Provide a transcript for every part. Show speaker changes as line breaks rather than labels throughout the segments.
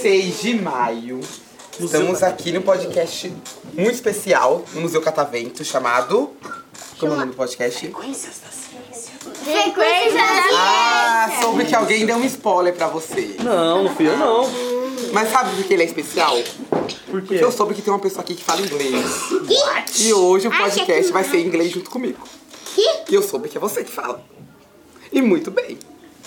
6 de maio. Estamos aqui no podcast muito especial no Museu Catavento, chamado. Como é o nome do podcast?
Frequência
Ah, soube que alguém deu um spoiler pra você.
Não, não fui eu não.
Mas sabe por que ele é especial?
Por quê?
Porque eu soube que tem uma pessoa aqui que fala inglês. E hoje o podcast vai ser em inglês junto comigo. E eu soube que é você que fala. E muito bem.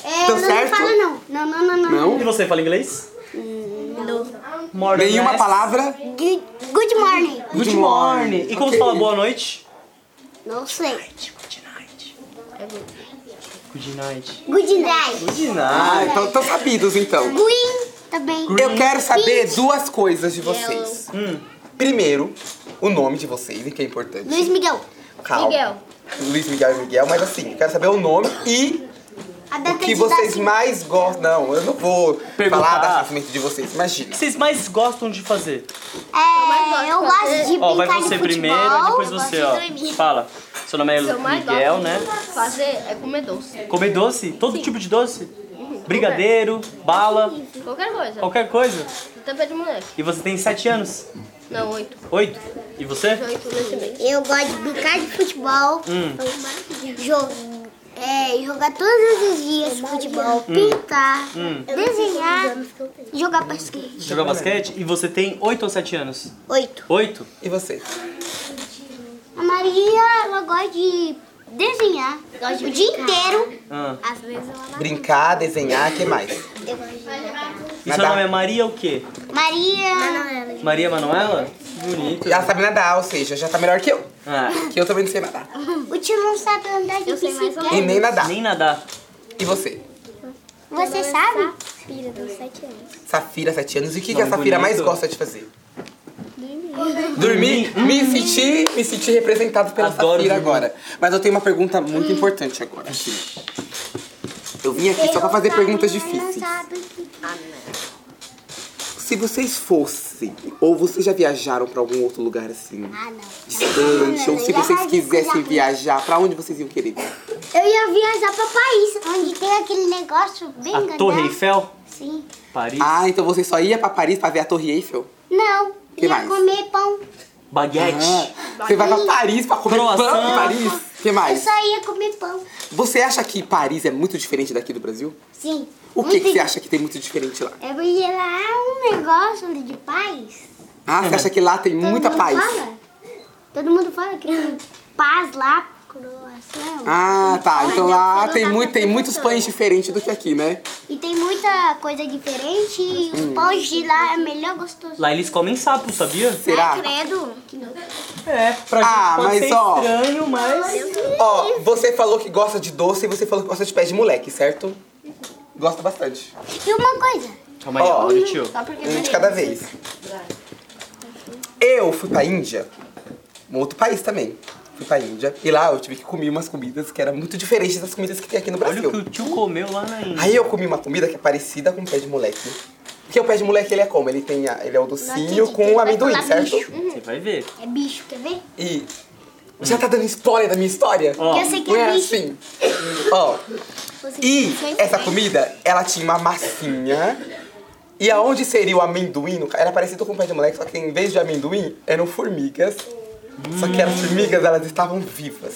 É,
Tá
não,
certo?
não fala não. Não, não, não, não.
Não?
E você fala inglês? Não. Morning.
Nenhuma
yes.
palavra?
Good, good morning.
é? Good morning. E como
Ok.
se fala boa noite?
Não sei.
Good night. Good night.
Good night.
Good
Ah,
night.
então estão sabidos então.
Green também.
Eu quero saber duas coisas de vocês.
Hum.
Primeiro, o nome de vocês, que é importante.
Luiz Miguel.
Calma.
Miguel.
Luiz Miguel e Miguel, mas assim, eu quero saber o nome e
A
o
data
que
de
vocês
nascimento.
mais gostam. Não, eu não vou
Perguntar.
falar da nascimento de vocês, imagina.
O que vocês mais gostam de fazer?
É, eu gosto de
Ó, vai
brincar
você
de futebol.
primeiro e depois você, ó. Fala. Seu nome é
Eu mais
Miguel,
gosto
né?
de fazer é comer doce.
Comer doce? Todo tipo de doce? Brigadeiro, bala,
Qualquer coisa.
qualquer coisa.
Até pé de moleque.
E você tem 7 anos?
Não, oito.
8? E você?
Oito nesse mês.
Eu gosto de brincar de futebol.
Hum.
Jogar. É, jogar todos os dias futebol, pintar,
Hum.
desenhar, jogar basquete.
Jogar basquete? E você tem 8 ou 7 anos?
Oito.
8?
E você?
A Maria, ela gosta de desenhar o dia inteiro.
Ah.
Às vezes ela
Brincar, desenhar, o que mais?
Eu gosto de jogar.
E seu
Nadar.
nome é Maria o quê?
Maria.
Maria Manuela? Bonito.
Ela sabe nadar, ou seja, já tá melhor que eu.
Ah,
Que eu também não sei nadar.
O tio não sabe andar de
Eu sei mais ou
E
bicicleta.
nem nadar.
nem nadar.
E você?
Você sabe?
Safira, 7 anos. E o que, que
Nome
a Safira
bonito.
mais gosta de fazer? Dormir. Me senti, me senti representado pela
Adoro
Safira
dormir.
agora. Mas eu tenho uma pergunta muito importante agora. Eu vim aqui só pra fazer perguntas difíceis. Se vocês fossem, ou vocês já viajaram pra algum outro lugar assim,
Ah, não.
distante, ou se vocês quisessem viajar, pra onde vocês iam querer?
Eu ia viajar pra país, onde tem aquele negócio bem grande.
A Torre Eiffel?
Sim.
Paris?
Ah, então você só ia pra Paris pra ver a Torre Eiffel?
Não,
Que
ia
mais?
comer pão.
Baguete?
Ah, você vai pra Paris pra comer pão
Croissant.
em Paris? O que
Eu
mais?
só ia comer pão.
Você acha que Paris é muito diferente daqui do Brasil?
Sim.
O que,
Muito
que você acha que tem muito diferente lá?
É porque lá é um negócio de paz.
Ah,
É,
você
né?
acha que lá tem
Todo
muita
mundo
paz?
Fala. Todo mundo fala que tem paz lá, croação.
Ah, tá. Então lá
Mas eu
tem,
não
muito, tem
tava
muitos
pensando.
pães diferentes do que aqui, né?
E tem muita coisa diferente e os pães de lá é melhor gostoso.
Lá eles comem sapo, sabia?
Será?
credo.
É, pra gente
Ah,
pode
mas
ser
ó.
estranho, mas...
Ó, você falou que gosta de doce e você falou que gosta de pés de moleque, certo? Gosta bastante.
E uma coisa.
Calma aí,
Ó.
olha o tio.
Tá,
Um de cada vez. Eu fui pra Índia, um outro país também. Fui pra Índia e lá eu tive que comer umas comidas que eram muito diferentes das comidas que tem aqui no
Olha
Brasil.
o que o tio comeu lá na Índia.
Aí eu comi uma comida que é parecida com pé de moleque. Porque o pé de moleque ele é como? Ele tem a- ele é o docinho
acredito,
com
ele
o
vai
amendoim,
falar
certo?
bicho.
Você vai ver.
É bicho, quer ver?
E já tá dando spoiler da minha história?
Ó.
Eu sei que
Não
é
era
bicho.
assim. Ó.
Você-
E
você-
essa comida, ela tinha uma massinha. E aonde seria o amendoim? no ca- Era parecido com o pé de moleque, só que em vez de amendoim, eram formigas. Só que as formigas, elas estavam vivas.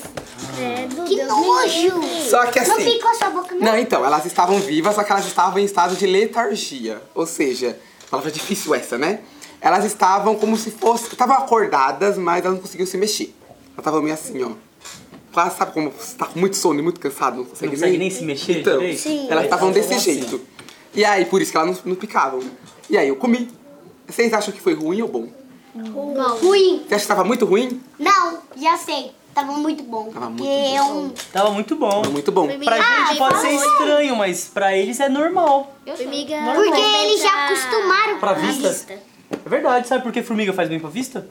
Que nojo.
Só que
Não
assim.
picou a sua boca, não?
Não, então, elas estavam vivas, só que elas estavam em estado de letargia. Ou seja, palavra difícil essa, né? Elas estavam como se fossem. Estavam acordadas, mas elas não conseguiam se mexer. Elas estavam meio assim, ó. Quase sabe como você tá com muito sono e muito cansado, não consegue,
Não consegue nem se mexer
Então,
direito?
Sim.
elas estavam desse
Assim.
jeito. E aí, por isso que elas não, não picavam. E aí eu comi. Vocês acham que foi ruim ou bom?
Ruim.
Você acha que tava muito ruim?
Não, já sei. Tava muito bom.
Tava muito
porque é um...
Tava muito bom.
Foi muito bom.
Pra
Ah,
gente pode
foi
ser estranho, mas pra eles é normal.
Porque eles já acostumaram
Pra
com
vista.
isso.
É verdade, sabe por que formiga faz bem pra vista?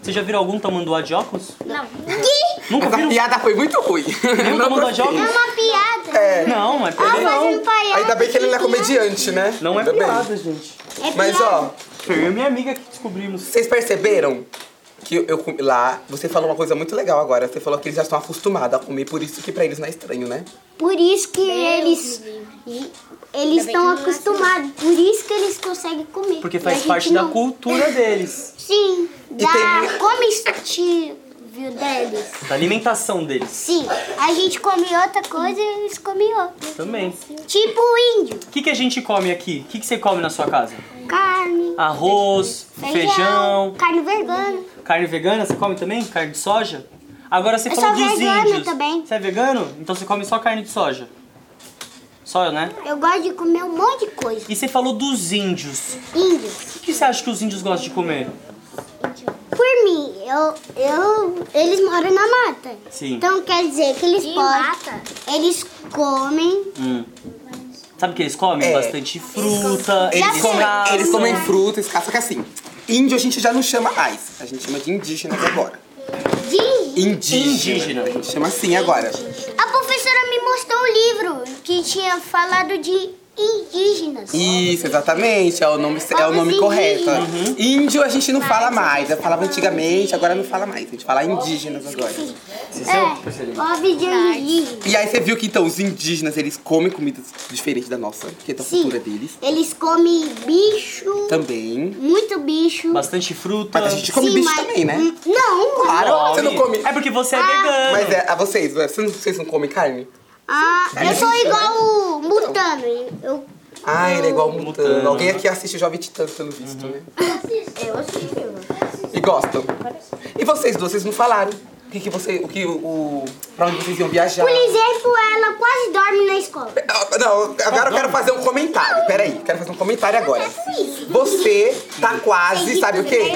Você já viu algum tamanduá de óculos?
assim.
Nunca
Essa
viram?
piada foi muito ruim.
Nenhum
Não
tamanduá de
gostei.
É
óculos?
uma piada.
É.
Não, mas
Ah,
piada
mas
não.
um palhaço
Ainda bem que ele não é
piada.
comediante, né?
Não é
Ainda bem.
piada, gente.
É
Mas
piada.
ó,
Foi eu e minha amiga que descobrimos.
vocês perceberam que eu comi lá, você falou uma coisa muito legal agora. Você falou que eles já estão acostumados a comer, por isso que pra eles não é estranho, né?
Por isso que eles. Eles
que
estão
não é assim.
acostumados. Por isso que eles conseguem comer.
Porque
E a
faz
gente
parte da
não.
cultura um- deles,
Sim,
tem-
da comestível deles.
da alimentação deles
Sim, a gente come outra coisa e eles comem outra.
também.
Tipo o índio.
O que, que a gente come aqui? O que, que você come na sua casa?
Carne,
Arroz, feijão,
feijão, carne vegana.
carne vegana, você come também? Carne de soja? Agora você
Eu
falou
sou
dos
vegana
índios.
também.
Você é vegano? Então você come só carne de soja. Só, né?
Eu gosto de comer um monte de coisa.
E você falou dos índios.
Índio.
O que, que você acha que os índios gostam de comer?
Por mim, eu, eu, eles moram na mata.
Sim.
Então quer dizer que eles
Que
podem.
mata?
Eles comem.
Hum. Sabe o que eles comem?
É.
Bastante fruta,
Já
Eles
eles
sei. é.
comem,
caçam.
eles comem fruta, escassa, só que assim, índio a gente já não chama mais. A gente chama de indígenas agora.
De...
Indígena.
Indígena.
A gente chama assim agora.
A professora me mostrou um livro que tinha falado de indígenas.
Isso, exatamente, é o nome, é o nome
Vamos
correto.
assim indígena.
Índio a gente não fala mais, eu falava antigamente, agora não fala mais. A gente fala indígenas agora.
É, óbvio de indígenas.
E aí você viu que então os indígenas, eles comem comidas diferentes da nossa, que é da
Sim,
cultura deles.
eles comem bicho,
Também.
muito bicho.
Bastante fruta.
Mas a gente come
Sim,
bicho
mas-
também, né?
Hum, Não,
Claro,
Come.
você não come.
É porque você é
Ah.
vegano.
Mas é, a vocês, vocês não, vocês não comem carne?
Ah, eu sou igual o Mutano. Eu,
Ah, ele é igual um
Mutano.
mutano. Alguém aqui assiste Jovem Titãs, pelo visto, né?
Eu assisti.
E gostam. E vocês duas, vocês não falaram. O que, que você. O que o. o- Pra onde vocês iam viajar?
por exemplo, ela quase dorme na escola.
Ah, Não, agora eu quero fazer um comentário. Peraí, quero fazer um comentário agora. Você tá quase, sabe o quê?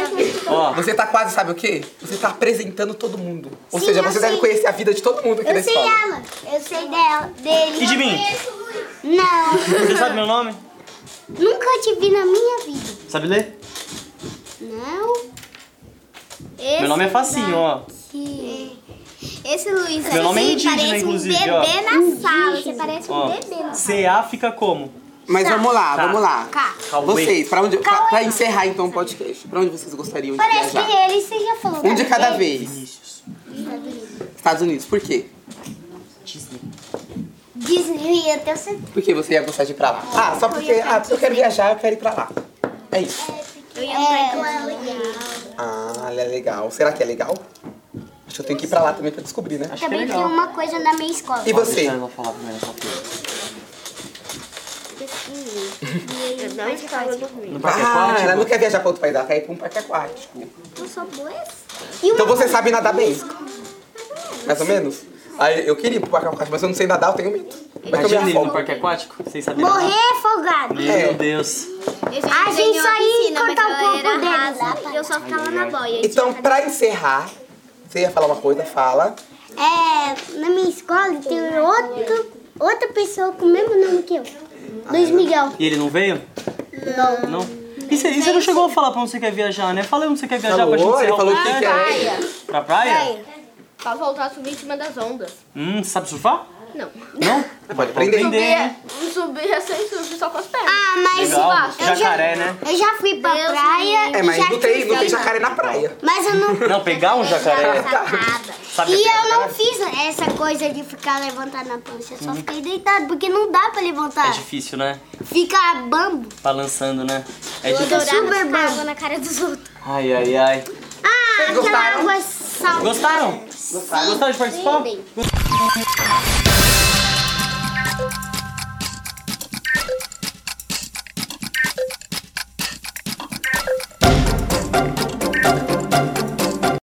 Ó.
Você tá quase, sabe o quê? Você tá apresentando todo mundo. Ou
Sim,
seja,
eu
você deve
sei.
conhecer a vida de todo mundo aqui da
Eu sei
escola.
ela, eu sei dela, dele.
E de mim?
Não,
Você sabe meu nome?
nunca te vi na minha vida.
Sabe ler?
Não.
Meu nome é facinho, ó.
Esse Luiz
Meu nome é indígena,
um
inclusive, ó.
na sala. Você parece
ó. CA fica como?
Mas vamos lá,
Tá.
vamos lá.
Cá.
Cauê.
Vocês, pra onde. Pra, pra encerrar então o podcast, pra onde vocês gostariam de
Parece que
viajar?
ele, você já falou.
Um de cada
dele.
vez.
Vinícius.
Estados Unidos, por quê?
Disney.
Disney, eu tenho certeza.
Por que você ia gostar de ir pra lá? Ah, só porque. Ah, porque eu quero viajar, eu quero ir pra lá. É isso.
Eu ia
É,
Ah, ela é legal. Será que é legal? Acho que eu tenho que ir pra lá também pra descobrir, né?
Acho que é
Também tem
legal.
uma coisa na minha escola.
E você?
Deixa ela falar primeiro, essa coisa.
Eu não estava dormindo.
No parque
Ah,
aquático?
ela não quer viajar pra outro país, ela quer ir pra um parque aquático.
Eu sou boa. assim.
Então você sabe nadar bem? Mais ou menos? Aí eu queria ir pro parque aquático, mas eu não sei nadar, eu tenho medo. Mas eu me
Imagina no
afogo.
parque aquático, vocês sabem nadar?
Morrer afogado.
É.
Meu Deus.
A gente só ia cortar o corpo dele.
E eu só ficava na boia.
Então, pra encerrar, você ia falar uma coisa, fala.
É, na minha escola tem outro, outra pessoa com o mesmo nome que eu. Luiz Miguel.
E ele não veio?
Não.
Não? E você, e você não chegou a falar pra onde você quer viajar, né? Fala aí onde você quer viajar pra gente
Falou, ele
encerrar o
falou o que
podcast.
que é.
Pra praia?
Pra voltar a subir em cima das ondas.
Hum, você sabe surfar?
Não.
Não?
Pode
Pode
aprender.
aprender, hein?
Subir sem subir só com as pernas.
Ah, mas
Legal.
eu já-
Jacaré, né?
Eu já fui pra
Deus me
praia.
É, mas
Ah, já
não tem, não tem
fiz-
jacaré na praia.
Mas eu não.
Não, pegar um jacaré. Sabe é
e
pegar
eu não
jacaré?
fiz essa coisa de ficar levantado na prancha, eu só fiquei deitado, porque não dá pra levantar.
É difícil, né?
Fica bambo,
Balançando, né? É
fica
difícil.
super bambo. na cara dos outros.
Ai, ai, ai.
Ah,
Vocês
aquela
gostaram?
água salgada.
Gostaram? Gostaram de participar?